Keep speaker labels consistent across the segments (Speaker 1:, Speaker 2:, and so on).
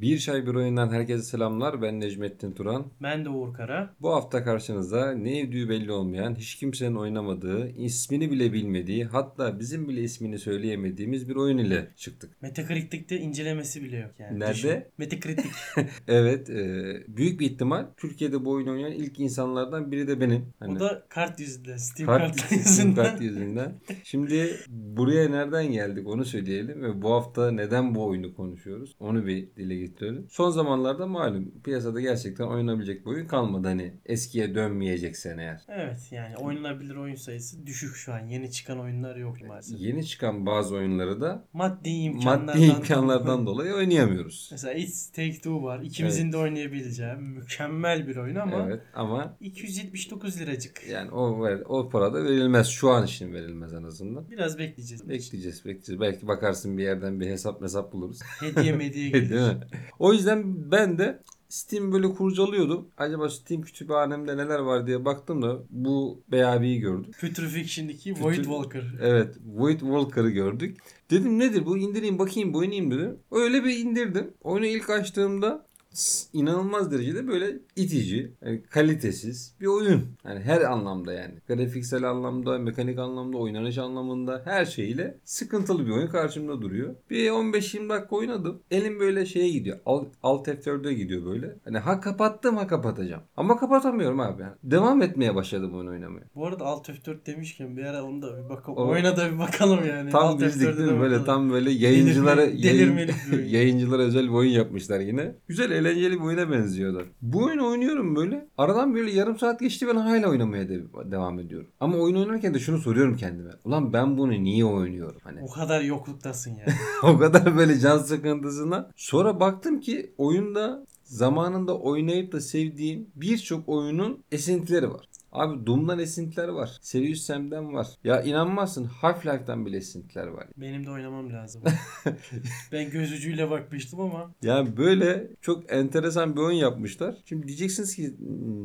Speaker 1: Bir Çay Bir Oyundan herkese selamlar. Ben Necmettin Turan.
Speaker 2: Ben de Uğur Kara.
Speaker 1: Bu hafta karşınızda ne evdiği belli olmayan, hiç kimsenin oynamadığı, ismini bile bilmediği, hatta bizim bile ismini söyleyemediğimiz bir oyun ile çıktık.
Speaker 2: Metacritic'te incelemesi bile yok yani.
Speaker 1: Nerede?
Speaker 2: Düşün. Metacritic.
Speaker 1: Evet, e, büyük bir ihtimal Türkiye'de bu oyunu oynayan ilk insanlardan biri de benim.
Speaker 2: Bu da kart yüzünden. Steam
Speaker 1: Hani- Kart,
Speaker 2: kart, yüzünden.
Speaker 1: kart yüzünden. Şimdi buraya nereden geldik onu söyleyelim ve bu hafta neden bu oyunu konuşuyoruz onu bir dile getirelim. Son zamanlarda malum piyasada gerçekten oynanabilecek bir oyun kalmadı hani eskiye dönmeyeceksen eğer.
Speaker 2: Evet yani oynanabilir oyun sayısı düşük şu an. Yeni çıkan oyunlar yok maalesef.
Speaker 1: Yeni çıkan bazı oyunları da
Speaker 2: Maddi imkanlardan.
Speaker 1: maddi imkanlardan dolayı oynayamıyoruz.
Speaker 2: Mesela It's Take Two var. İkimizin de oynayabileceği mükemmel bir oyun ama
Speaker 1: Evet ama
Speaker 2: 279 liracık.
Speaker 1: yani o ver- o para da verilmez şu an için verilmez en azından.
Speaker 2: Biraz bekleyeceğiz.
Speaker 1: Bekleyeceğiz bekleyeceğiz. Belki bakarsın bir yerden bir hesap mesap buluruz.
Speaker 2: Hediye medyaya
Speaker 1: Değil
Speaker 2: gelir.
Speaker 1: mi? O yüzden ben de Steam böyle kurcalıyordum. Acaba Steam kütüphanemde neler var diye baktım da bu BAB'yi gördüm.
Speaker 2: Future Fiction'daki
Speaker 1: Future-
Speaker 2: Void Walker.
Speaker 1: Evet Void Walker'ı gördük. Dedim nedir bu indireyim bakayım bu oynayayım dedim. Öyle bir indirdim. Oyunu ilk açtığımda s- inanılmaz derecede böyle itici, yani kalitesiz bir oyun. Yani her anlamda yani. Grafiksel anlamda, mekanik anlamda, oynanış anlamında her şeyiyle sıkıntılı bir oyun karşımda duruyor. Bir 15-20 dakika oynadım. Elim böyle şeye gidiyor. Alt, alt F4'e gidiyor böyle. Hani ha kapattım ha kapatacağım. Ama kapatamıyorum abi. Yani. Devam etmeye başladım oyun oynamaya.
Speaker 2: Bu arada Alt F4 demişken bir ara onu da bir bakalım.
Speaker 1: Oğlum.
Speaker 2: Oyuna da bir bakalım yani.
Speaker 1: Tam
Speaker 2: Alt
Speaker 1: bizlik
Speaker 2: F4'e
Speaker 1: değil
Speaker 2: de
Speaker 1: mi? Böyle
Speaker 2: bakalım.
Speaker 1: tam böyle yayıncılara
Speaker 2: Delirme- delirmeli bir oyun.
Speaker 1: yayıncılara özel bir oyun yapmışlar yine. Güzel eğlenceli bir oyuna benziyordu. Bu oyunu oynuyorum böyle. Aradan böyle yarım saat geçti ben hala oynamaya de- devam ediyorum. Ama oyun oynarken de şunu soruyorum kendime. Ulan ben bunu niye oynuyorum? Hani
Speaker 2: O kadar yokluktasın yani.
Speaker 1: o kadar böyle can sıkıntısına. Sonra baktım ki oyunda zamanında oynayıp da sevdiğim birçok oyunun esintileri var. Abi Doom'dan esintiler var. Serious Sam'den var. Ya inanmazsın Half-Life'dan bile esintiler var.
Speaker 2: Benim de oynamam lazım. ben göz ucuyla bakmıştım ama
Speaker 1: Yani böyle çok enteresan bir oyun yapmışlar. Şimdi diyeceksiniz ki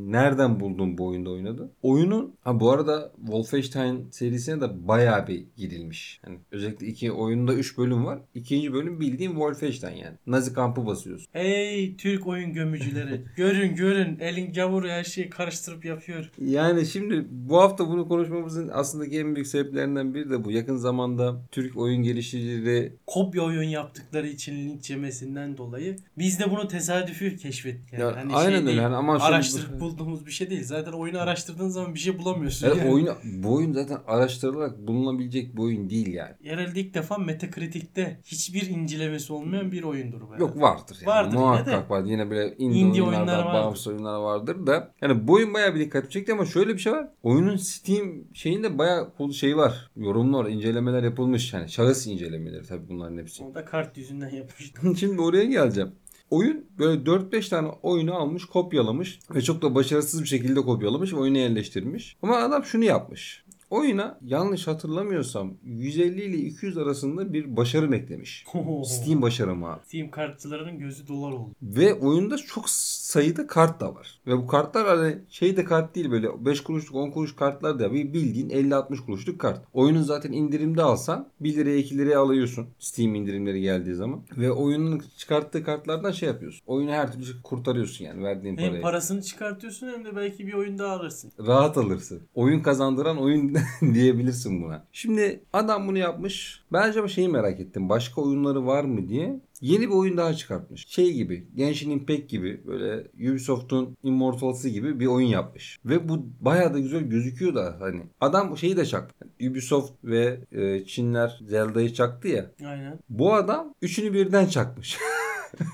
Speaker 1: nereden buldun bu oyunda oynadı? Oyunun ha bu arada Wolfenstein serisine de bayağı bir girilmiş. Yani özellikle iki oyunda 3 bölüm var. İkinci bölüm bildiğin Wolfenstein yani. Nazi kampı basıyorsun.
Speaker 2: ey Türk oyun gömücüleri görün görün elin gavur her şeyi karıştırıp yapıyor.
Speaker 1: Yani şimdi bu hafta bunu konuşmamızın aslında ki en büyük sebeplerinden biri de bu. Yakın zamanda Türk oyun geliştiricileri
Speaker 2: Kopya oyun yaptıkları için linç yemesinden dolayı biz de bunu tesadüfi keşfettik. Yani.
Speaker 1: Ya
Speaker 2: Hani
Speaker 1: aynen
Speaker 2: şey
Speaker 1: öyle.
Speaker 2: değil,
Speaker 1: Yani aman şöyle-
Speaker 2: araştırıp bulduğumuz bir şey değil. Zaten oyunu araştırdığın zaman bir şey bulamıyorsun.
Speaker 1: yani
Speaker 2: yani.
Speaker 1: oyunu, bu E, oyun zaten araştırılarak bulunabilecek bir oyun değil yani.
Speaker 2: Herhalde ilk defa Metacritic'te hiçbir incelemesi olmayan bir oyundur bu.
Speaker 1: Yok vardır yani.
Speaker 2: Vardır yine
Speaker 1: Muhakkak
Speaker 2: de.
Speaker 1: vardır. Yine böyle indie,
Speaker 2: İndie
Speaker 1: oyunlar
Speaker 2: oyunlar
Speaker 1: var,
Speaker 2: vardır.
Speaker 1: bağımsız oyunlar vardır da. Yani bu oyun bayağı bir dikkat çekti ama şöyle bir şey var. Oyunun Steam şeyinde bayağı cool şey var. Yorumlar, incelemeler yapılmış. Yani şahıs incelemeleri tabii bunların hepsi.
Speaker 2: Onu da kart yüzünden yapmıştım.
Speaker 1: Şimdi oraya geleceğim. Oyun böyle 4-5 tane oyunu almış, kopyalamış ve çok da başarısız bir şekilde kopyalamış ve oyuna yerleştirmiş. Ama adam şunu yapmış. Oyuna yanlış hatırlamıyorsam 150 ile 200 arasında bir başarım eklemiş. Steam başarımı abi.
Speaker 2: Steam kartçılarının gözü dolar oldu.
Speaker 1: Ve oyunda çok sayıda kart da var. Ve bu kartlar hani şey de kart değil böyle 5 kuruşluk 10 kuruş kartlar da bir bildiğin 50-60 kuruşluk kart. Oyunun zaten indirimde alsan 1 liraya 2 liraya alıyorsun Steam indirimleri geldiği zaman. Ve oyunun çıkarttığı kartlardan şey yapıyorsun. Oyunu her türlü kurtarıyorsun yani verdiğin
Speaker 2: Hem
Speaker 1: parayı.
Speaker 2: parasını çıkartıyorsun hem de belki bir oyun daha alırsın.
Speaker 1: Rahat alırsın. Oyun kazandıran oyun diyebilirsin buna. Şimdi adam bunu yapmış. Ben acaba şeyi merak ettim. Başka oyunları var mı diye. Yeni bir oyun daha çıkartmış. Şey gibi. Genshin Impact gibi. Böyle Ubisoft'un Immortals'ı gibi bir oyun yapmış. Ve bu bayağı da güzel gözüküyor da hani. Adam şeyi de çak. Ubisoft ve e, Çinler Zelda'yı çaktı ya.
Speaker 2: Aynen.
Speaker 1: Bu adam üçünü birden çakmış.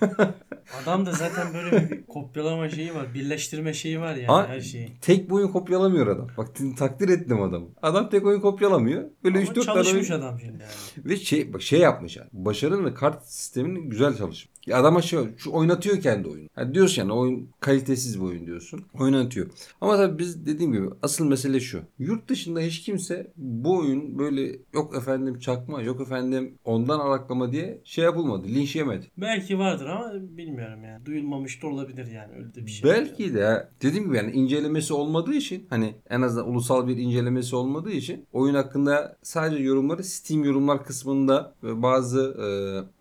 Speaker 2: Adam da zaten böyle bir kopyalama şeyi var. Birleştirme şeyi var yani
Speaker 1: Ha,
Speaker 2: her şeyi.
Speaker 1: tek bir oyun kopyalamıyor adam. Bak takdir ettim adamı. Adam tek oyun kopyalamıyor. Böyle
Speaker 2: Ama
Speaker 1: 3-4 tane oyun-
Speaker 2: çalışmış adam şimdi yani.
Speaker 1: Ve şey, bak şey yapmış yani. Başarın ve kart sisteminin güzel çalışmış. Ya adama şey, şu oynatıyor kendi oyunu. Yani diyorsun yani oyun kalitesiz bir oyun diyorsun. Oynatıyor. Ama tabii biz dediğim gibi asıl mesele şu. Yurt dışında hiç kimse bu oyun böyle yok efendim çakma, yok efendim ondan araklama diye şey yapılmadı. Linç yemedi.
Speaker 2: Belki vardır ama bilmiyorum yani. Duyulmamış da olabilir yani öyle de bir şey.
Speaker 1: Belki de ha. dediğim gibi yani incelemesi olmadığı için hani en azından ulusal bir incelemesi olmadığı için oyun hakkında sadece yorumları Steam yorumlar kısmında ve bazı e,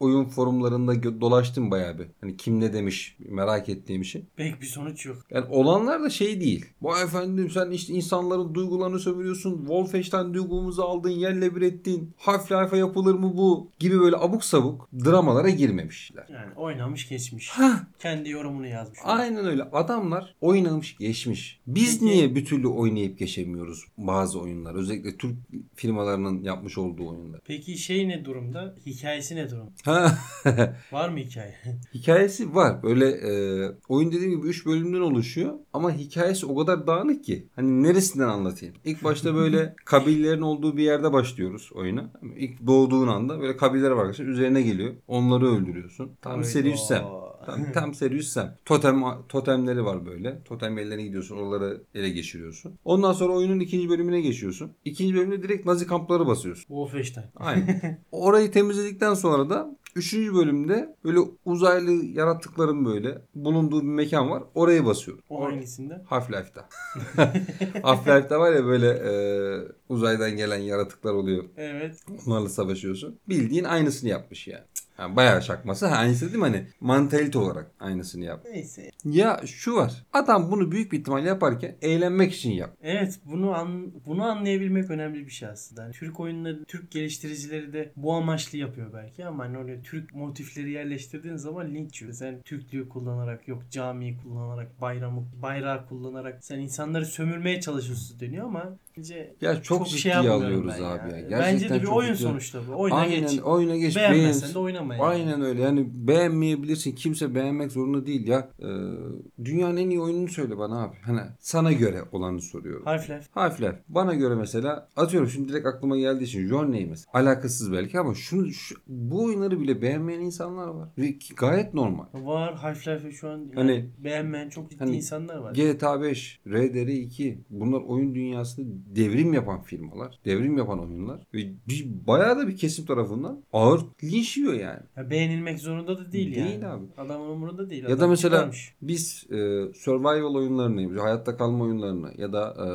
Speaker 1: oyun forumlarında gö- araştırmıştım bayağı bir. Hani kim ne demiş merak ettiğim için.
Speaker 2: Pek bir sonuç yok.
Speaker 1: Yani olanlar da şey değil. Vay efendim sen işte insanların duygularını sömürüyorsun. Wolfenstein duygumuzu aldın, yerle bir ettin. Half-Life'a yapılır mı bu? Gibi böyle abuk sabuk dramalara girmemişler.
Speaker 2: Yani oynamış geçmiş.
Speaker 1: Hah,
Speaker 2: Kendi yorumunu yazmış.
Speaker 1: aynen öyle. Adamlar oynamış geçmiş. Biz
Speaker 2: Peki-
Speaker 1: niye bir türlü oynayıp geçemiyoruz bazı oyunlar? Özellikle Türk firmalarının yapmış olduğu oyunlar.
Speaker 2: Peki şey ne durumda? Hikayesi ne durumda?
Speaker 1: Ha.
Speaker 2: Var mı hikaye?
Speaker 1: Hikayesi var. Böyle e, oyun dediğim gibi 3 bölümden oluşuyor ama hikayesi o kadar dağınık ki. Hani neresinden anlatayım? İlk başta böyle kabilelerin olduğu bir yerde başlıyoruz oyuna. İlk doğduğun anda böyle kabileler var arkadaşlar. Üzerine geliyor. Onları öldürüyorsun. Tam Serious Sam.
Speaker 2: Hayda.
Speaker 1: Tam, Hani tam Serious Sam. Totem, totemleri var böyle. Totem ellerine gidiyorsun. Oraları ele geçiriyorsun. Ondan sonra oyunun ikinci bölümüne geçiyorsun. İkinci bölümde direkt Nazi kampları basıyorsun.
Speaker 2: Wolfenstein.
Speaker 1: Aynen. Orayı temizledikten sonra da 3. bölümde böyle uzaylı yaratıkların böyle bulunduğu bir mekan var. Orayı basıyor.
Speaker 2: O hangisinde?
Speaker 1: Half-Life'da. Half-Life'da var ya böyle e, uzaydan gelen yaratıklar oluyor.
Speaker 2: Evet.
Speaker 1: Onlarla savaşıyorsun. Bildiğin aynısını yapmış yani. Yani bayağı şakması. Ha, aynısı değil mi? Hani mantalite olarak aynısını yap.
Speaker 2: Neyse.
Speaker 1: Ya şu var. Adam bunu büyük bir ihtimalle yaparken eğlenmek için yap.
Speaker 2: Evet bunu an, bunu anlayabilmek önemli bir şey aslında. Yani Türk oyunları, Türk geliştiricileri de bu amaçlı yapıyor belki ama hani oraya Türk motifleri yerleştirdiğin zaman linç yiyor. Sen Türklüğü kullanarak yok camiyi kullanarak bayramı bayrağı kullanarak sen insanları sömürmeye çalışıyorsun deniyor ama bence şey
Speaker 1: Ya çok, ciddiye
Speaker 2: yapmıyorum
Speaker 1: alıyoruz
Speaker 2: ben
Speaker 1: abi ya.
Speaker 2: yani.
Speaker 1: Gerçekten
Speaker 2: Bence de bir
Speaker 1: çok
Speaker 2: oyun
Speaker 1: ciddiye-
Speaker 2: sonuçta bu. Oyna
Speaker 1: Aynen
Speaker 2: geç.
Speaker 1: oyuna geç.
Speaker 2: Beğenmezsen
Speaker 1: beğen-
Speaker 2: de oynama yani.
Speaker 1: Aynen öyle yani beğenmeyebilirsin kimse beğenmek zorunda değil ya. Ee, dünyanın en iyi oyununu söyle bana abi. Hani sana göre olanı soruyorum.
Speaker 2: Half-Life.
Speaker 1: Harfler. Bana göre mesela atıyorum şimdi direkt aklıma geldiği için Your Name'es. Alakasız belki ama şunu şu, bu oyunları bile beğenmeyen insanlar var. Ve ki gayet normal.
Speaker 2: Var Half-Life'ı şu an yani
Speaker 1: Hani-
Speaker 2: beğenmeyen çok ciddi
Speaker 1: hani
Speaker 2: insanlar var.
Speaker 1: GTA 5, RDR2 bunlar oyun dünyasında devrim yapan firmalar. Devrim yapan oyunlar. Ve bir, bayağı da bir kesim tarafından ağır linç yiyor yani.
Speaker 2: Ya beğenilmek zorunda da değil, yani.
Speaker 1: Değil abi.
Speaker 2: Adamın umurunda değil.
Speaker 1: Ya da
Speaker 2: Adam
Speaker 1: mesela-
Speaker 2: çıkarmış.
Speaker 1: Biz e, survival oyunlarını, hayatta kalma oyunlarını ya da e,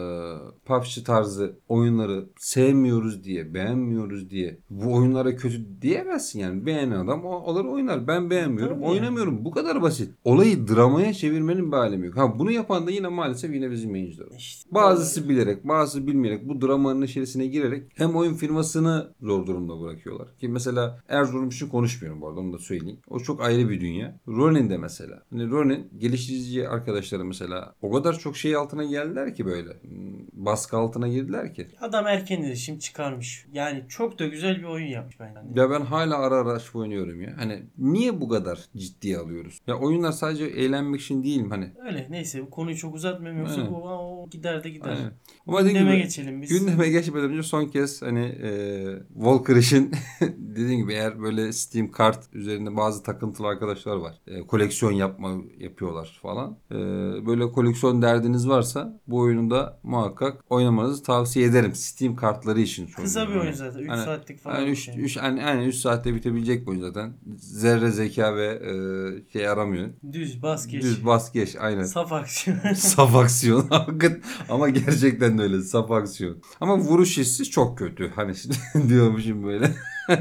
Speaker 1: PUBG tarzı oyunları sevmiyoruz diye, beğenmiyoruz diye bu oyunlara kötü diyemezsin yani. Beğenen adam o- onları oynar. Ben beğenmiyorum,
Speaker 2: Tabii yani.
Speaker 1: oynamıyorum. Bu kadar basit. Olayı dramaya çevirmenin bir alemi yok. Ha bunu yapan da yine maalesef yine bizim yayıncılar.
Speaker 2: İşte-
Speaker 1: Bazısı bilerek, bazısı bilmeyerek bu dramanın içerisine girerek hem oyun firmasını zor durumda bırakıyorlar. Ki mesela Erzurum için konuşmuyorum bu arada onu da söyleyeyim. O çok ayrı bir dünya. Ronin de mesela. Hani Ronin geliştirici arkadaşları mesela o kadar çok şey altına geldiler ki böyle. hmm, Baskı altına girdiler ki.
Speaker 2: Adam erken iletişim çıkarmış. Yani çok da güzel bir oyun yapmış bence. Yani.
Speaker 1: Ya ben hala ara ara aşk oynuyorum ya. Hani niye bu kadar ciddiye alıyoruz? Ya oyunlar sadece eğlenmek için değil mi? Hani
Speaker 2: Öyle neyse bu konuyu çok uzatmayayım yoksa
Speaker 1: Aynen.
Speaker 2: bu o gider de gider.
Speaker 1: Aynen.
Speaker 2: Ama
Speaker 1: hani Ama dediğim
Speaker 2: Gündeme
Speaker 1: gibi-
Speaker 2: geçelim biz.
Speaker 1: Gündeme geçmeden önce son kez hani e, Walker için dediğim gibi eğer böyle Steam kart üzerinde bazı takıntılı arkadaşlar var. E, koleksiyon yapma yapıyorlar falan. E, böyle koleksiyon derdiniz varsa bu oyunu da muhakkak oynamanızı tavsiye ederim. Steam kartları için.
Speaker 2: Kısa bir oyun zaten. 3
Speaker 1: Aynen.
Speaker 2: saatlik falan.
Speaker 1: Yani
Speaker 2: bir
Speaker 1: 3
Speaker 2: şey.
Speaker 1: üç, yani, yani üç saatte bitebilecek bu oyun zaten. Zerre zeka ve e, şey aramıyor.
Speaker 2: Düz bas geç.
Speaker 1: Düz bas geç aynen.
Speaker 2: Saf aksiyon.
Speaker 1: saf aksiyon. Hakikaten. Ama gerçekten de öyle saf aksiyon. Ama vuruş hissi çok kötü. Hani şimdi diyormuşum böyle.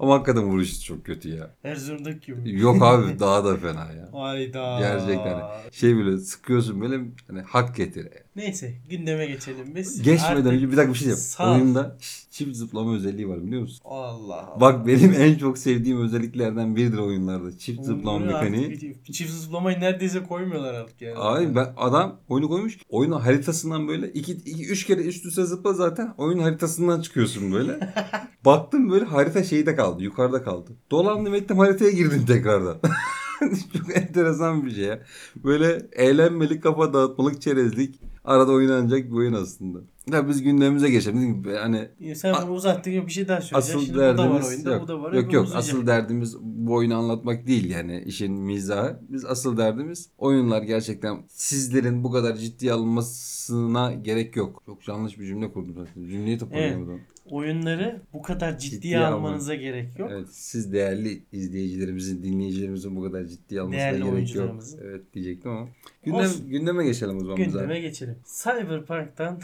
Speaker 1: Ama hakikaten vuruş hissi çok kötü ya.
Speaker 2: Erzurum'daki gibi.
Speaker 1: Yok abi daha da fena ya.
Speaker 2: Hayda.
Speaker 1: Gerçekten. Şey bile sıkıyorsun böyle hani hak getire.
Speaker 2: Neyse gündeme geçelim biz.
Speaker 1: Geçmeden
Speaker 2: Artık-
Speaker 1: önce bir dakika bir şey diyeyim.
Speaker 2: Sağ-
Speaker 1: Oyunda çift zıplama özelliği var biliyor musun?
Speaker 2: Allah Allah.
Speaker 1: Bak benim en çok sevdiğim özelliklerden biridir oyunlarda. Çift hani.
Speaker 2: Oğlum
Speaker 1: zıplama
Speaker 2: bunu artık
Speaker 1: mekaniği.
Speaker 2: bir- bir Çift zıplamayı neredeyse koymuyorlar artık yani.
Speaker 1: Abi ben adam oyunu koymuş. Oyunun haritasından böyle iki, iki üç kere üst üste zıpla zaten oyunun haritasından çıkıyorsun böyle. Baktım böyle harita şeyde kaldı. Yukarıda kaldı. Dolandım ettim haritaya girdim tekrardan. Çok enteresan bir şey ya. Böyle eğlenmelik kafa dağıtmalık çerezlik. Arada oynanacak bir oyun aslında. Ya biz gündemimize geçelim. Dediğim gibi Hani
Speaker 2: Ya sen bunu uzattın yok bir şey daha söyleyeceksin.
Speaker 1: asıl
Speaker 2: Şimdi bu da var
Speaker 1: derdimiz
Speaker 2: oyunda
Speaker 1: yok.
Speaker 2: bu da var.
Speaker 1: yok
Speaker 2: öbürü
Speaker 1: yok
Speaker 2: uzayacak.
Speaker 1: asıl derdimiz bu oyunu anlatmak değil yani işin mizahı. Biz asıl derdimiz oyunlar gerçekten sizlerin bu kadar ciddiye alınmasına gerek yok. Çok yanlış bir cümle kurdum zaten. Cümleyi toparlayamadım.
Speaker 2: oyunları bu kadar ciddiye,
Speaker 1: Ciddiye almak.
Speaker 2: almanıza gerek yok.
Speaker 1: Evet, siz değerli izleyicilerimizin, dinleyicilerimizin bu kadar ciddiye almasına
Speaker 2: Değerli
Speaker 1: gerek yok.
Speaker 2: oyuncularımızın.
Speaker 1: Evet diyecektim ama. Gündem,
Speaker 2: Olsun.
Speaker 1: gündeme geçelim o zaman. biz
Speaker 2: Gündeme
Speaker 1: abi.
Speaker 2: geçelim. Cyberpunk'tan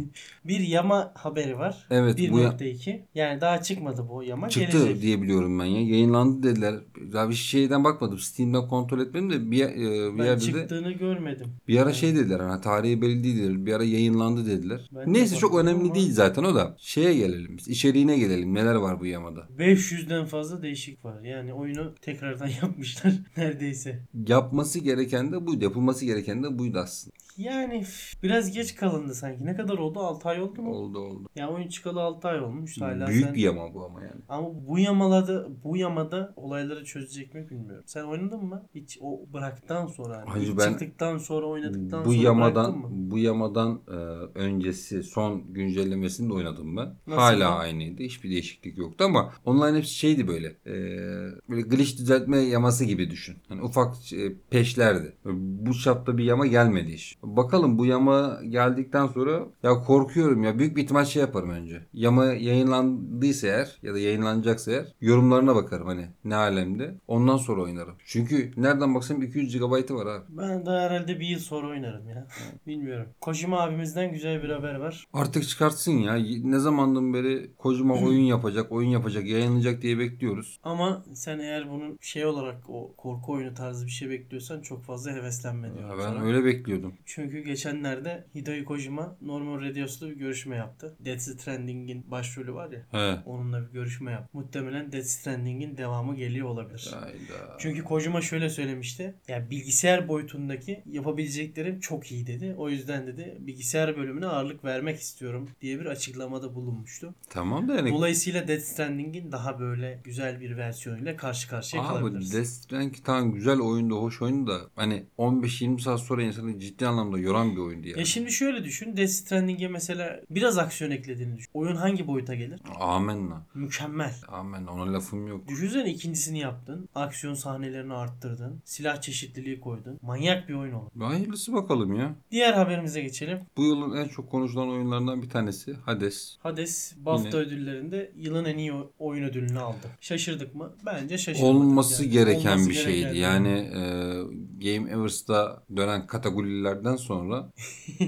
Speaker 2: bir yama haberi var.
Speaker 1: Evet bu ya-
Speaker 2: 1.2. Yani daha çıkmadı bu yama.
Speaker 1: çıktı
Speaker 2: Gelecek.
Speaker 1: diye biliyorum ben ya. Yayınlandı dediler. Ya bir şeyden bakmadım. Steam'den kontrol etmedim de bir, e, bir
Speaker 2: Ben
Speaker 1: yerde de
Speaker 2: çıktığını görmedim.
Speaker 1: Bir ara şey dediler hani tarihi belli değil dediler. Bir ara yayınlandı dediler.
Speaker 2: Ben de
Speaker 1: Neyse çok
Speaker 2: bakmadım
Speaker 1: önemli
Speaker 2: ama-
Speaker 1: değil zaten o da. Şeye gelelim biz. içeriğine gelelim. Neler var bu yamada?
Speaker 2: 500'den fazla değişik var. Yani oyunu tekrardan yapmışlar neredeyse.
Speaker 1: Yapması gereken de buydu. Yapılması gereken de buydu aslında.
Speaker 2: Yani üf, biraz geç kalındı sanki. Ne kadar oldu? 6 ay oldu mu?
Speaker 1: Oldu oldu.
Speaker 2: Ya oyun çıkalı 6 ay olmuş. Hala
Speaker 1: Büyük
Speaker 2: sen...
Speaker 1: bir yama bu ama yani.
Speaker 2: Ama bu yamalada bu yamada olayları çözecek mi bilmiyorum. Sen oynadın mı? Hiç o bıraktan sonra hani
Speaker 1: Hayır,
Speaker 2: ilk
Speaker 1: ben-
Speaker 2: çıktıktan sonra oynadıktan
Speaker 1: Bu
Speaker 2: sonra bıraktın mı?
Speaker 1: yamadan bu yamadan e, öncesi son güncellemesini de oynadım ben.
Speaker 2: Nasıl?
Speaker 1: Hala aynıydı. Hiçbir değişiklik yoktu ama online hepsi şeydi böyle. e, böyle glitch düzeltme yaması gibi düşün. Hani ufak e, peşlerdi. Bu çapta bir yama gelmedi hiç. Bakalım bu yama geldikten sonra ya korkuyorum ya büyük bir ihtimal şey yaparım önce. Yama yayınlandıysa eğer ya da yayınlanacaksa eğer yorumlarına bakarım hani ne alemde. Ondan sonra oynarım. Çünkü nereden baksam 200 GB'ı var abi.
Speaker 2: Ben daha herhalde bir yıl sonra oynarım ya. Bilmiyorum. Kojima abimizden güzel bir haber var.
Speaker 1: Artık çıkartsın ya. Ne zamandan beri Kojima oyun yapacak, oyun yapacak, yayınlanacak diye bekliyoruz.
Speaker 2: Ama sen eğer bunun şey olarak o korku oyunu tarzı bir şey bekliyorsan çok fazla heveslenme
Speaker 1: Ya
Speaker 2: diyorum
Speaker 1: ben
Speaker 2: sana.
Speaker 1: öyle bekliyordum.
Speaker 2: Çünkü geçenlerde Hideo Kojima Norman Reedus'la bir görüşme yaptı. Death Stranding'in başrolü var ya.
Speaker 1: He.
Speaker 2: Onunla bir görüşme yaptı. Muhtemelen Death Stranding'in devamı geliyor olabilir.
Speaker 1: Hayda.
Speaker 2: Çünkü Kojima şöyle söylemişti. Ya bilgisayar boyutundaki yapabileceklerim çok iyi dedi. O yüzden dedi bilgisayar bölümüne ağırlık vermek istiyorum diye bir açıklamada bulunmuştu.
Speaker 1: Tamam da yani.
Speaker 2: Dolayısıyla Death Stranding'in daha böyle güzel bir versiyonuyla karşı karşıya
Speaker 1: Abi
Speaker 2: şey kalabiliriz.
Speaker 1: Death Stranding tamam güzel oyundu, hoş oyundu da hani 15-20 saat sonra insanı ciddi anlamda yoran bir oyundu yani.
Speaker 2: Ya şimdi şöyle düşün. Death Stranding'e mesela biraz aksiyon eklediğini düşün. Oyun hangi boyuta gelir?
Speaker 1: Amenna.
Speaker 2: Mükemmel.
Speaker 1: Amen ona lafım yok.
Speaker 2: Düşünsene ikincisini yaptın. Aksiyon sahnelerini arttırdın. Silah çeşitliliği koydun. Manyak bir oyun olur.
Speaker 1: Hayırlısı bakalım ya.
Speaker 2: Diğer haberimize geçelim.
Speaker 1: Bu yılın en çok konuşulan oyunlarından bir tanesi Hades.
Speaker 2: Hades BAFTA ödüllerinde yılın en iyi oyun ödülünü aldı. Şaşırdık mı? Bence şaşırmadık.
Speaker 1: Olması
Speaker 2: yani.
Speaker 1: gereken
Speaker 2: Olması
Speaker 1: bir
Speaker 2: gereken
Speaker 1: şeydi. Yani e, Game Awards'da dönen kategorilerden sonra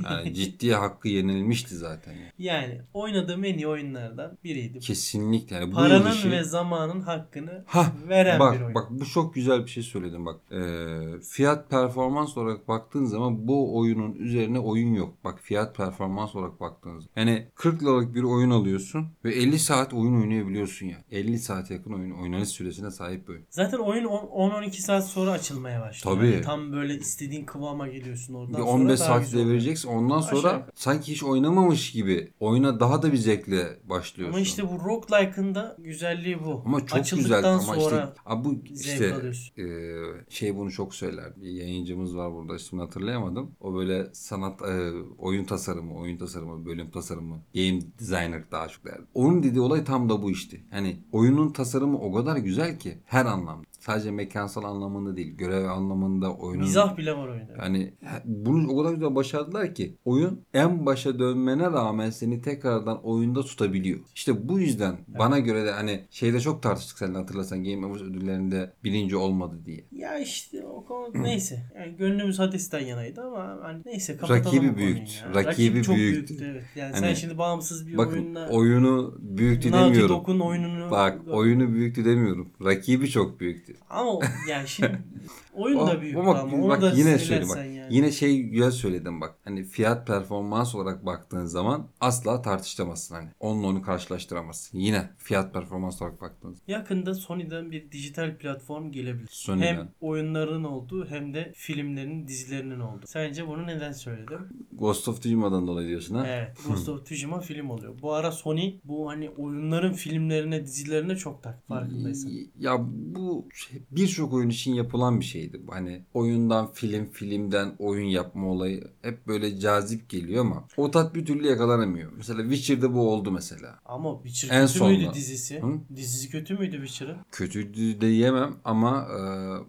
Speaker 1: yani ciddiye hakkı yenilmişti zaten. yani.
Speaker 2: Yani oynadığım en iyi oyunlardan biriydi.
Speaker 1: Kesinlikle. Yani bu
Speaker 2: Paranın
Speaker 1: yıl işi-
Speaker 2: ve zamanın hakkını
Speaker 1: Hah,
Speaker 2: veren
Speaker 1: bak,
Speaker 2: bir oyun.
Speaker 1: Bak bu çok güzel bir şey söyledin bak. Ee, fiyat performans olarak baktığın zaman bu oyunun üzerine oyun yok. Bak fiyat performans olarak baktığın zaman. Yani 40 liralık bir oyun alıyorsun ve 50 saat oyun oynayabiliyorsun ya. 50 saate yakın oyun oynanış süresine sahip bir oyun.
Speaker 2: Zaten oyun on- 10-12 saat sonra açılmaya başlıyor.
Speaker 1: Tabii.
Speaker 2: Yani tam böyle istediğin kıvama geliyorsun oradan
Speaker 1: Bir
Speaker 2: sonra
Speaker 1: 15
Speaker 2: daha
Speaker 1: saat
Speaker 2: güzel oluyor.
Speaker 1: devireceksin. Ondan
Speaker 2: Aşağı
Speaker 1: sonra
Speaker 2: yukarı.
Speaker 1: sanki hiç oynamamış gibi oyuna daha da bir zevkle başlıyorsun.
Speaker 2: Ama işte bu roguelike'ın da güzelliği bu.
Speaker 1: Ama çok
Speaker 2: Açıldıktan
Speaker 1: güzel ama
Speaker 2: sonra
Speaker 1: işte Aa, bu
Speaker 2: zevk
Speaker 1: işte
Speaker 2: alıyorsun.
Speaker 1: Ee, şey bunu çok söyler. Bir yayıncımız var burada şimdi hatırlayamadım. O böyle sanat e, oyun tasarımı, oyun tasarımı, bölüm tasarımı, game designer daha çok derdi. Onun dediği olay tam da bu işte. Hani oyunun tasarımı o kadar güzel ki her anlamda. Sadece mekansal anlamında değil, görev anlamında oyunun
Speaker 2: Mizah bile var oyunda.
Speaker 1: yani bunu o kadar güzel başardılar ki oyun en başa dönmene rağmen seni tekrardan oyunda tutabiliyor. İşte bu yüzden bana göre de hani şeyde çok tartıştık seninle hatırlasan Game Awards ödüllerinde birinci olmadı diye.
Speaker 2: Ya işte o konu neyse. Yani gönlümüz Hades'ten yanaydı ama hani neyse kapatalım
Speaker 1: Rakibi
Speaker 2: bu konuyu
Speaker 1: büyüktü.
Speaker 2: ya.
Speaker 1: Rakibi
Speaker 2: çok
Speaker 1: büyüktü.
Speaker 2: evet. Yani
Speaker 1: Hani-
Speaker 2: sen şimdi bağımsız bir
Speaker 1: Bakın
Speaker 2: oyunla
Speaker 1: oyunu büyüktü
Speaker 2: Naughty
Speaker 1: demiyorum.
Speaker 2: Dog'un oyununu
Speaker 1: Bak oyunu büyüktü demiyorum. Rakibi çok büyüktü.
Speaker 2: ama yani şimdi oyun
Speaker 1: O-
Speaker 2: da büyük
Speaker 1: ama
Speaker 2: ama, onu
Speaker 1: bak
Speaker 2: da
Speaker 1: yine
Speaker 2: yine
Speaker 1: söyleyeyim bak.
Speaker 2: yani.
Speaker 1: Yine şey güzel söyledim bak. Hani fiyat performans olarak baktığın zaman asla tartıştıramazsın hani. Onunla onu karşılaştıramazsın. Yine fiyat performans olarak baktığın zaman.
Speaker 2: Yakında Sony'den bir dijital platform gelebilir.
Speaker 1: Sony'den.
Speaker 2: Hem oyunların olduğu hem de filmlerin, dizilerinin olduğu. Sence bunu neden söyledim?
Speaker 1: Ghost of Tsushima'dan dolayı diyorsun ha?
Speaker 2: Evet. Ghost of Tsushima film oluyor. Bu ara Sony bu hani oyunların filmlerine, dizilerine çok tak farkındaysan.
Speaker 1: Ya bu şey- birçok oyun için yapılan bir şeydi. Hani oyundan film, filmden oyun yapma olayı hep böyle cazip geliyor ama o tat bir türlü yakalanamıyor. Mesela Witcher'da bu oldu mesela.
Speaker 2: Ama Witcher
Speaker 1: En
Speaker 2: kötü müydü
Speaker 1: sonunda.
Speaker 2: dizisi?
Speaker 1: Hı?
Speaker 2: Dizisi kötü müydü Witcher'ın?
Speaker 1: Kötü diyemem ama e,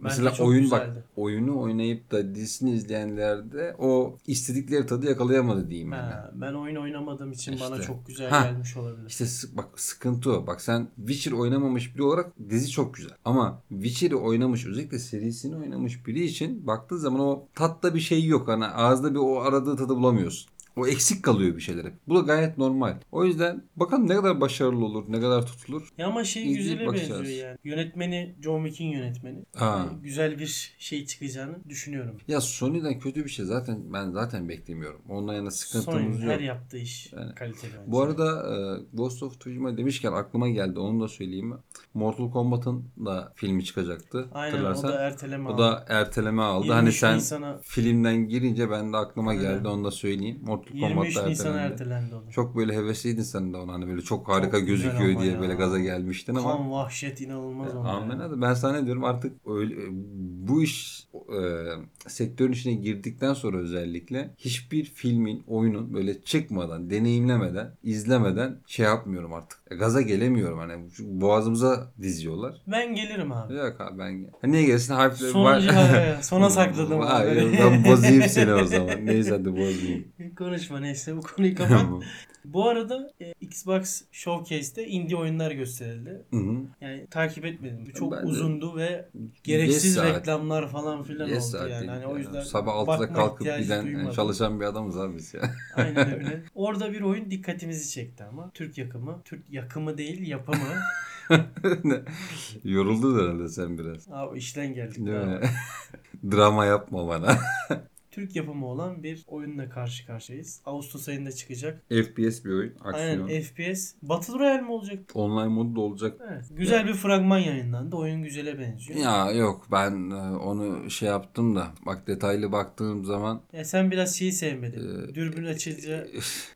Speaker 1: mesela
Speaker 2: çok
Speaker 1: oyun
Speaker 2: güzeldi.
Speaker 1: bak oyunu oynayıp da dizisini izleyenlerde o istedikleri tadı yakalayamadı diyeyim ben.
Speaker 2: Ha, ben oyun oynamadığım için bana
Speaker 1: İşte.
Speaker 2: çok güzel
Speaker 1: Ha.
Speaker 2: gelmiş olabilir.
Speaker 1: İşte sık, bak sıkıntı o. Bak sen Witcher oynamamış biri olarak dizi çok güzel. Ama Witcher'ı oynamış özellikle serisini oynamış biri için baktığı zaman o tatta bir şey yok. Hani ağızda bir o aradığı tadı bulamıyorsun. O eksik kalıyor bir şeyler hep. Bu da gayet normal. O yüzden bakalım ne kadar başarılı olur, ne kadar tutulur.
Speaker 2: Ya ama şey
Speaker 1: İzleyip
Speaker 2: güzele
Speaker 1: bakacağız.
Speaker 2: benziyor yani. Yönetmeni John Wick'in yönetmeni.
Speaker 1: Ha.
Speaker 2: Güzel bir şey çıkacağını düşünüyorum.
Speaker 1: Ya Sony'den kötü bir şey zaten ben zaten beklemiyorum. Ondan yana
Speaker 2: Sony'nin
Speaker 1: sıkıntımız yok.
Speaker 2: her şey. yaptığı iş kaliteli bence.
Speaker 1: Bu arada e, Ghost of Tsushima demişken aklıma geldi. Onu da söyleyeyim mi? Mortal Kombat'ın da filmi çıkacaktı.
Speaker 2: Aynen
Speaker 1: hatırlarsan.
Speaker 2: o da erteleme
Speaker 1: O
Speaker 2: aldı.
Speaker 1: da erteleme aldı.
Speaker 2: 23
Speaker 1: Hani sen
Speaker 2: Nisan'a-
Speaker 1: filmden girince ben de aklıma
Speaker 2: Aynen.
Speaker 1: geldi onu da söyleyeyim. Mortal
Speaker 2: 23
Speaker 1: Kombat'ta
Speaker 2: Nisan'a
Speaker 1: ertelendi.
Speaker 2: ertelendi onu.
Speaker 1: Çok böyle hevesliydin sen de ona hani böyle çok harika
Speaker 2: Çok güzel
Speaker 1: gözüküyor
Speaker 2: ama
Speaker 1: diye
Speaker 2: ya.
Speaker 1: böyle gaza gelmiştin ama.
Speaker 2: Kan vahşet inanılmaz oldu.
Speaker 1: Amen abi. Ben sana ne diyorum artık öyle, bu iş e, sektörün içine girdikten sonra özellikle hiçbir filmin, oyunun böyle çıkmadan, deneyimlemeden, izlemeden şey yapmıyorum artık. E, Gaza gelemiyorum hani Çünkü boğazımıza diziyorlar.
Speaker 2: Ben gelirim abi.
Speaker 1: Yok abi ben Ha, niye gelsin harf
Speaker 2: Sonuncu ya, sona sakladım
Speaker 1: Vay,
Speaker 2: abi.
Speaker 1: ben bozayım seni o zaman. Neyse hadi bozmayayım.
Speaker 2: Konuşma neyse bu konuyu kapat. Bu arada e, Xbox Showcase'te indie oyunlar gösterildi.
Speaker 1: Hı hı.
Speaker 2: Yani takip etmedim. Bu çok
Speaker 1: Ben de-
Speaker 2: uzundu ve
Speaker 1: Yes
Speaker 2: gereksiz
Speaker 1: saat.
Speaker 2: reklamlar falan filan
Speaker 1: Yes
Speaker 2: oldu
Speaker 1: saat
Speaker 2: yani.
Speaker 1: değil
Speaker 2: Hani o yüzden
Speaker 1: Sabah 6'da
Speaker 2: bakma
Speaker 1: kalkıp
Speaker 2: ihtiyacı
Speaker 1: giden e,
Speaker 2: duymadım.
Speaker 1: çalışan bir adamız abi biz ya.
Speaker 2: Aynen öyle. Orada bir oyun dikkatimizi çekti ama. Türk yakımı. Türk yakımı değil yapımı.
Speaker 1: Yoruldun herhalde sen biraz.
Speaker 2: Abi işten geldik.
Speaker 1: Değil
Speaker 2: daha.
Speaker 1: mi? Drama yapma bana.
Speaker 2: Türk yapımı olan bir oyunla karşı karşıyayız. Ağustos ayında çıkacak.
Speaker 1: FPS bir oyun. Aksiyon.
Speaker 2: Aynen FPS. Battle Royale mi olacak?
Speaker 1: Online modu da olacak.
Speaker 2: Evet. Güzel bir fragman yayınlandı. Oyun güzele benziyor. Ya.
Speaker 1: Ya yok ben e, onu şey yaptım da bak detaylı baktığım zaman
Speaker 2: sen biraz şeyi sevmedin.
Speaker 1: Ee,
Speaker 2: Dürbün açılınca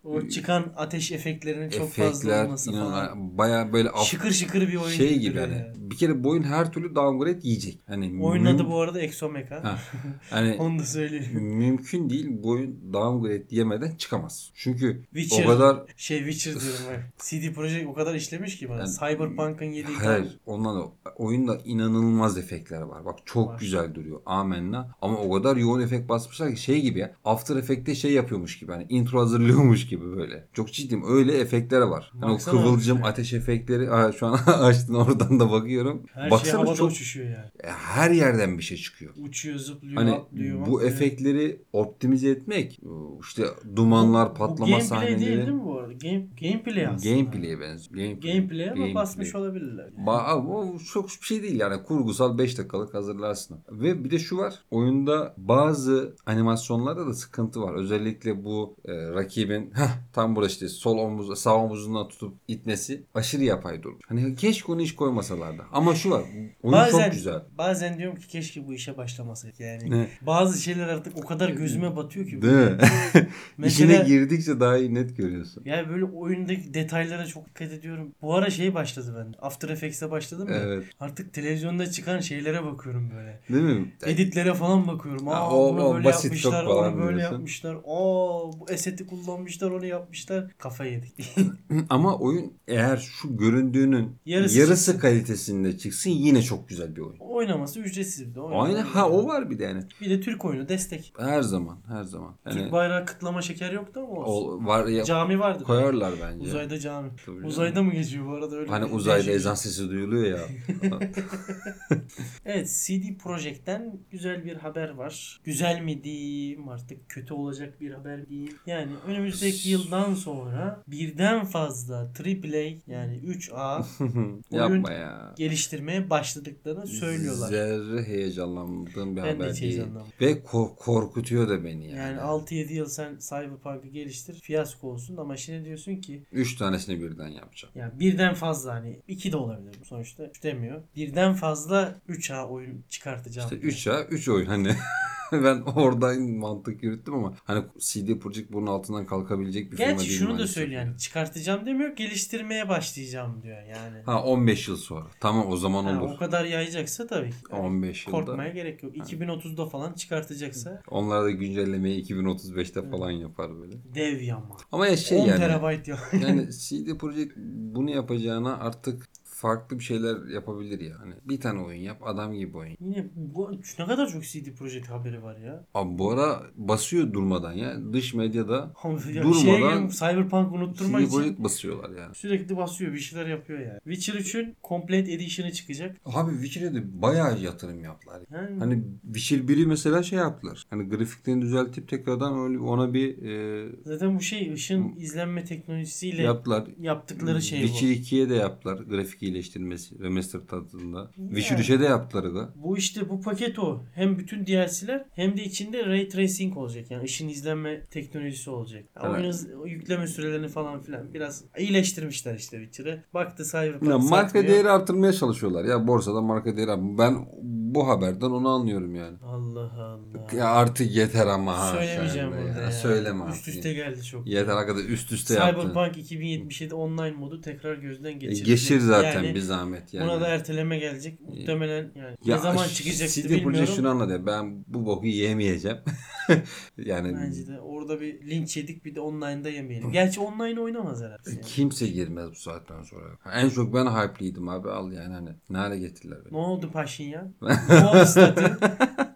Speaker 2: o çıkan ateş efektlerinin çok fazla
Speaker 1: efektler
Speaker 2: olması
Speaker 1: inan-
Speaker 2: falan.
Speaker 1: baya böyle af-
Speaker 2: Şıkır şıkır bir oyun
Speaker 1: şey gibi
Speaker 2: duruyor
Speaker 1: hani
Speaker 2: yani.
Speaker 1: bir kere boyun her türlü downgrade yiyecek. Hani
Speaker 2: Oynadı
Speaker 1: müm-
Speaker 2: bu arada Exomecha.
Speaker 1: Ha. Hani
Speaker 2: Onu da söyleyeyim.
Speaker 1: mümkün değil boyun downgrade yemeden çıkamaz. Çünkü
Speaker 2: Witcher.
Speaker 1: o kadar
Speaker 2: Şey Witcher diyorum ben. CD Projekt o kadar işlemiş ki bana.
Speaker 1: Yani-
Speaker 2: Cyberpunk'ın yediği
Speaker 1: Hayır. Ondan da oyunda inanılmaz efektler var. Bak çok
Speaker 2: Var.
Speaker 1: güzel duruyor. Amenna. Ama o kadar yoğun efekt basmışlar ki şey gibi ya. After Effect'te şey yapıyormuş gibi. Hani intro hazırlıyormuş gibi böyle. Çok ciddiyim. Öyle efektler var. Hani o
Speaker 2: Baksana
Speaker 1: kıvılcım,
Speaker 2: abi.
Speaker 1: ateş efektleri. Aa, şu an açtın oradan da bakıyorum.
Speaker 2: her şey
Speaker 1: Baksana
Speaker 2: havada
Speaker 1: çok e,
Speaker 2: uçuşuyor yani.
Speaker 1: her yerden bir şey çıkıyor.
Speaker 2: Uçuyor, zıplıyor,
Speaker 1: Hani
Speaker 2: atlıyor.
Speaker 1: bu
Speaker 2: atlıyor.
Speaker 1: efektleri optimize etmek işte dumanlar, patlama
Speaker 2: gameplay değil değil
Speaker 1: sahneleri
Speaker 2: mi bu arada? Game, gameplay aslında.
Speaker 1: gameplay'e benziyor. Gameplay.
Speaker 2: Gameplay'e ama
Speaker 1: Gameplay.
Speaker 2: basmış olabilirler. Yani.
Speaker 1: Ba abi o çok bir şey değil yani kurgusal 5 dakikalık hazırlarsın. Ve bir de şu var oyunda bazı animasyonlarda da sıkıntı var. Özellikle bu e, rakibin heh, tam burası işte sol omuz sağ omuzundan tutup itmesi aşırı yapay durmuş. Hani keşke onu hiç koymasalardı. Ama şu var oyun çok güzel.
Speaker 2: Bazen diyorum ki keşke bu işe başlamasaydık yani.
Speaker 1: Ne?
Speaker 2: Bazı şeyler artık o kadar gözüme batıyor ki.
Speaker 1: Değil mi? İşine
Speaker 2: Mesela-
Speaker 1: girdikçe daha iyi net görüyorsun.
Speaker 2: Yani böyle oyundaki detaylara çok dikkat ediyorum. Bu ara şey başladı bende. After Effects'e başladım ya.
Speaker 1: Evet.
Speaker 2: Artık televizyonda çıkan şeylere bakıyorum böyle.
Speaker 1: Değil mi?
Speaker 2: Editlere falan bakıyorum. Aa,
Speaker 1: Ha, o-
Speaker 2: bunu
Speaker 1: o
Speaker 2: böyle
Speaker 1: basit
Speaker 2: yapmışlar,
Speaker 1: çok falan
Speaker 2: onu böyle
Speaker 1: diyorsun.
Speaker 2: yapmışlar. Aa, bu eseti kullanmışlar, onu yapmışlar. Kafayı yedik.
Speaker 1: Ama oyun eğer şu göründüğünün
Speaker 2: Yarısı
Speaker 1: yarısı,
Speaker 2: çıksın.
Speaker 1: kalitesinde çıksın yine çok güzel bir oyun.
Speaker 2: Oynaması ücretsiz bir de. oyun.
Speaker 1: Aynen ha o var bir de yani.
Speaker 2: Bir de Türk oyunu destek.
Speaker 1: Her zaman her zaman.
Speaker 2: Türk
Speaker 1: Yani
Speaker 2: bayrağı kıtlama şeker yoktu ama olsun.
Speaker 1: o, var ya
Speaker 2: Cami vardı.
Speaker 1: koyarlar bence.
Speaker 2: Uzayda cami.
Speaker 1: Tabii canım.
Speaker 2: Uzayda mı geçiyor bu arada öyle?
Speaker 1: Hani
Speaker 2: bir- şey
Speaker 1: uzayda
Speaker 2: değişik-
Speaker 1: ezan sesi duyuluyor ya.
Speaker 2: Evet CD Projekt'ten güzel bir haber var. Güzel mi diyeyim artık kötü olacak bir haber mi diyeyim. Yani önümüzdeki yıldan sonra birden fazla AAA yani 3A
Speaker 1: Yapma ya.
Speaker 2: geliştirmeye başladıklarını söylüyorlar.
Speaker 1: Zerre heyecanlandığım bir
Speaker 2: Ben de
Speaker 1: haber
Speaker 2: hiç
Speaker 1: değil.
Speaker 2: heyecanlanmadım.
Speaker 1: Ve ko- korkutuyor da beni yani.
Speaker 2: Yani 6-7 yıl sen Cyberpunk'ı geliştir fiyasko olsun ama şimdi diyorsun ki
Speaker 1: Üç tanesini birden yapacağım.
Speaker 2: Yani birden fazla hani iki de olabilir bu sonuçta. Üç demiyor. Birden fazla 3A oyun çıkartacağım.
Speaker 1: İşte 3 ha 3 oyun hani. ben oradan mantık yürüttüm ama hani CD Projekt bunun altından kalkabilecek bir firma
Speaker 2: Gerçi
Speaker 1: değil
Speaker 2: şunu da
Speaker 1: maalesef.
Speaker 2: söylüyor yani çıkartacağım demiyor geliştirmeye başlayacağım diyor yani.
Speaker 1: Ha 15 yıl sonra. Tamam o zaman
Speaker 2: Ha,
Speaker 1: olur.
Speaker 2: o kadar yayacaksa tabii ki. Yani
Speaker 1: 15 yılda.
Speaker 2: korkmaya gerek yok. 2030'da falan çıkartacaksa
Speaker 1: Onlar da güncellemeyi 2035'te falan yapar böyle.
Speaker 2: dev yama.
Speaker 1: Ama ya şey
Speaker 2: 10
Speaker 1: yani.
Speaker 2: terabayt ya.
Speaker 1: Yani CD Projekt bunu yapacağına artık farklı bir şeyler yapabilir yani. Bir tane oyun yap adam gibi oyun.
Speaker 2: Yine bu, ne kadar çok CD Projekt haberi var ya.
Speaker 1: Abi bu ara basıyor durmadan ya. Dış medyada
Speaker 2: ya
Speaker 1: Durmadan-
Speaker 2: şeye gelin, Cyberpunk unutturmak
Speaker 1: CD
Speaker 2: için
Speaker 1: Projekt basıyorlar yani.
Speaker 2: sürekli basıyor bir şeyler yapıyor yani. Witcher 3'ün Complete Edition'ı çıkacak.
Speaker 1: Abi Witcher'e de bayağı yatırım yaptılar.
Speaker 2: Yani
Speaker 1: Hani Witcher 1'i mesela şey yaptılar. Hani grafiklerini düzeltip tekrardan öyle ona bir e,
Speaker 2: Zaten bu şey ışın izlenme teknolojisiyle
Speaker 1: yaptılar.
Speaker 2: yaptıkları şey
Speaker 1: Witcher
Speaker 2: bu.
Speaker 1: 2'ye de yaptılar grafik iyileştirmesi remaster tadında.
Speaker 2: Ya.
Speaker 1: Witcher 3'e de yaptılar da.
Speaker 2: Bu işte bu paket o. Hem bütün DLC'ler hem de içinde ray tracing olacak. Yani ışın izlenme teknolojisi olacak. Yani
Speaker 1: Evet.
Speaker 2: oyunun z- yükleme sürelerini falan filan biraz iyileştirmişler işte Witcher'ı. Baktı Cyberpunk
Speaker 1: Ya marka
Speaker 2: satmıyor.
Speaker 1: değeri artırmaya çalışıyorlar. Ya borsada marka değeri art- ben bu haberden onu anlıyorum yani.
Speaker 2: Allah Allah.
Speaker 1: Ya artık yeter ama. ha
Speaker 2: Söylemeyeceğim
Speaker 1: sen de
Speaker 2: burada ya.
Speaker 1: Söyleme
Speaker 2: Üst
Speaker 1: artık.
Speaker 2: üste geldi çok.
Speaker 1: Yeter arkadaş üst üste yaptın.
Speaker 2: Cyberpunk 2077 online modu tekrar gözden
Speaker 1: E,
Speaker 2: geçirilecek.
Speaker 1: Geçir zaten
Speaker 2: yani,
Speaker 1: bir zahmet yani. E,
Speaker 2: Buna da erteleme gelecek. Muhtemelen yani
Speaker 1: Ya
Speaker 2: ne zaman
Speaker 1: ş-
Speaker 2: çıkacaktı
Speaker 1: CD
Speaker 2: bilmiyorum.
Speaker 1: Projekt şunu anladı. ya, Ben bu boku yemeyeceğim. yani
Speaker 2: Bence de orada bir linç yedik bir de online'da yemeyelim. Gerçi online oynamaz herhalde. Yani.
Speaker 1: e, kimse girmez bu saatten sonra. En çok ben hype'liydim abi al yani hani. Ne hale getirdiler
Speaker 2: Ne
Speaker 1: beni.
Speaker 2: oldu Paşinyan? ne oldu statü?
Speaker 1: E,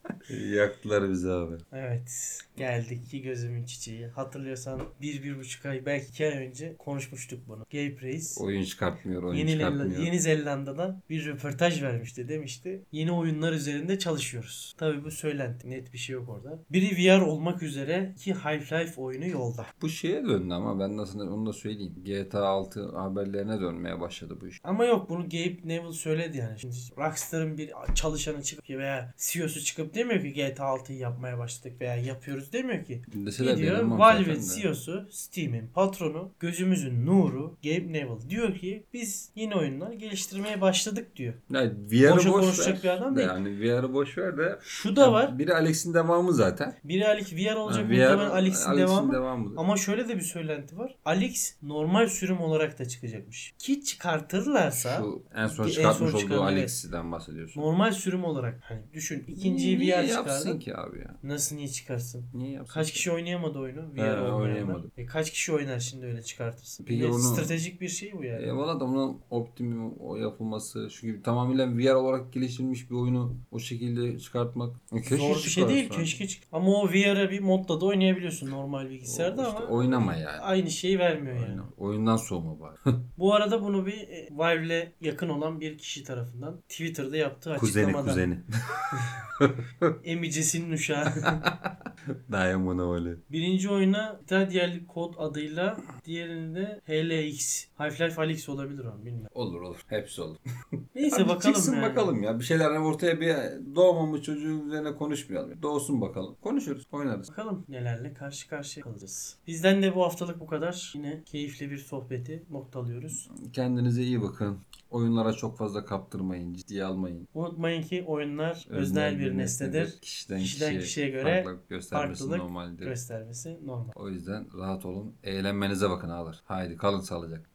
Speaker 1: Yaktılar bizi abi.
Speaker 2: Evet. Geldik ki gözümün çiçeği. Hatırlıyorsan bir, bir buçuk ay belki iki ay önce konuşmuştuk bunu. Gay Praise.
Speaker 1: Oyun çıkartmıyor, oyun
Speaker 2: Yeni,
Speaker 1: çıkartmıyor.
Speaker 2: Yeni Zelanda'dan bir röportaj vermişti demişti. Yeni oyunlar üzerinde çalışıyoruz. Tabii bu söylenti net bir şey yok orada. Biri VR olmak üzere ki Half-Life oyunu yolda.
Speaker 1: Bu şeye döndü ama ben nasıl onu da söyleyeyim. GTA 6 haberlerine dönmeye başladı bu iş.
Speaker 2: Ama yok bunu Gabe Newell söyledi yani. Şimdi Rockstar'ın bir çalışanı çıkıp veya CEO'su çıkıp demiyor ki GTA 6'yı yapmaya başladık veya yapıyoruz demiyor ki.
Speaker 1: Deseler
Speaker 2: Gidiyor
Speaker 1: beğenmem
Speaker 2: Valve'in
Speaker 1: zaten de.
Speaker 2: CEO'su, E Steam'in patronu, gözümüzün nuru Gabe Newell diyor ki biz yeni oyunlar geliştirmeye başladık diyor.
Speaker 1: Yani VR'ı
Speaker 2: Boşa
Speaker 1: boş
Speaker 2: konuşacak
Speaker 1: ver.
Speaker 2: bir adam
Speaker 1: De
Speaker 2: değil.
Speaker 1: Yani VR'ı boş ver de.
Speaker 2: Şu da var.
Speaker 1: Biri Alex'in devamı zaten.
Speaker 2: Biri Alex VR olacak
Speaker 1: Ha,
Speaker 2: muhtemelen Alex'in, devamı.
Speaker 1: devamı.
Speaker 2: Ama şöyle de bir söylenti var. Alex normal sürüm olarak da çıkacakmış. Ki çıkartırlarsa
Speaker 1: Şu en son
Speaker 2: En
Speaker 1: çıkartmış
Speaker 2: son çıkan,
Speaker 1: olduğu
Speaker 2: evet.
Speaker 1: Alex'den bahsediyorsun.
Speaker 2: normal sürüm olarak hani düşün ikinciyi
Speaker 1: Niye
Speaker 2: VR
Speaker 1: yapsın
Speaker 2: çıkardın.
Speaker 1: ki abi ya?
Speaker 2: Nasıl niye çıkarsın?
Speaker 1: Niye yapsın
Speaker 2: Kaç
Speaker 1: ki?
Speaker 2: kişi oynayamadı oyunu?
Speaker 1: He,
Speaker 2: VR oynayamadı.
Speaker 1: oynayamadı.
Speaker 2: E kaç kişi oynar şimdi öyle çıkartırsın?
Speaker 1: Peki
Speaker 2: Bir de
Speaker 1: onu-
Speaker 2: Stratejik bir şey bu yani.
Speaker 1: E valla da bunun optimum o yapılması çünkü tamamen VR olarak geliştirilmiş bir oyunu o şekilde çıkartmak E, keşke
Speaker 2: Zor bir şey değil.
Speaker 1: çıkarsa.
Speaker 2: Keşke çık. Ama o VR'a bir modla da oynayabiliyorsun normal bilgisayarda
Speaker 1: O-
Speaker 2: ama
Speaker 1: işte oynama yani.
Speaker 2: aynı şeyi vermiyor yani.
Speaker 1: Oynama. Oyundan soğuma bari.
Speaker 2: Bu arada bunu bir e, Valve'le yakın olan bir kişi tarafından Twitter'da yaptığı açıklamada emicesinin uşağı.
Speaker 1: Diamond Valley.
Speaker 2: Birinci oyuna diğer kod adıyla diğerinde HLX. Half-Life Alyx olabilir ama bilmiyorum.
Speaker 1: Olur olur. Hepsi olur.
Speaker 2: Neyse
Speaker 1: Abi
Speaker 2: bakalım
Speaker 1: çıksın
Speaker 2: yani.
Speaker 1: bakalım ya. Bir şeyler hani ortaya bir doğmamış çocuğun üzerine konuşmayalım. Doğsun bakalım. Konuşuruz. Oynarız.
Speaker 2: Bakalım nelerle karşı karşıya kalacağız. Bizden de bu haftalık bu kadar. Yine keyifli bir sohbeti noktalıyoruz.
Speaker 1: Kendinize iyi bakın. Oyunlara çok fazla kaptırmayın. Ciddiye almayın.
Speaker 2: Unutmayın ki oyunlar öznel bir nesnedir.
Speaker 1: Kişiden,
Speaker 2: Kişiden
Speaker 1: kişiye,
Speaker 2: kişiye göre
Speaker 1: göre farklılık göstermesi
Speaker 2: farklılık
Speaker 1: normaldir.
Speaker 2: Göstermesi normal.
Speaker 1: O yüzden rahat olun. Eğlenmenize bakın ağlar. Haydi kalın sağlıcakla.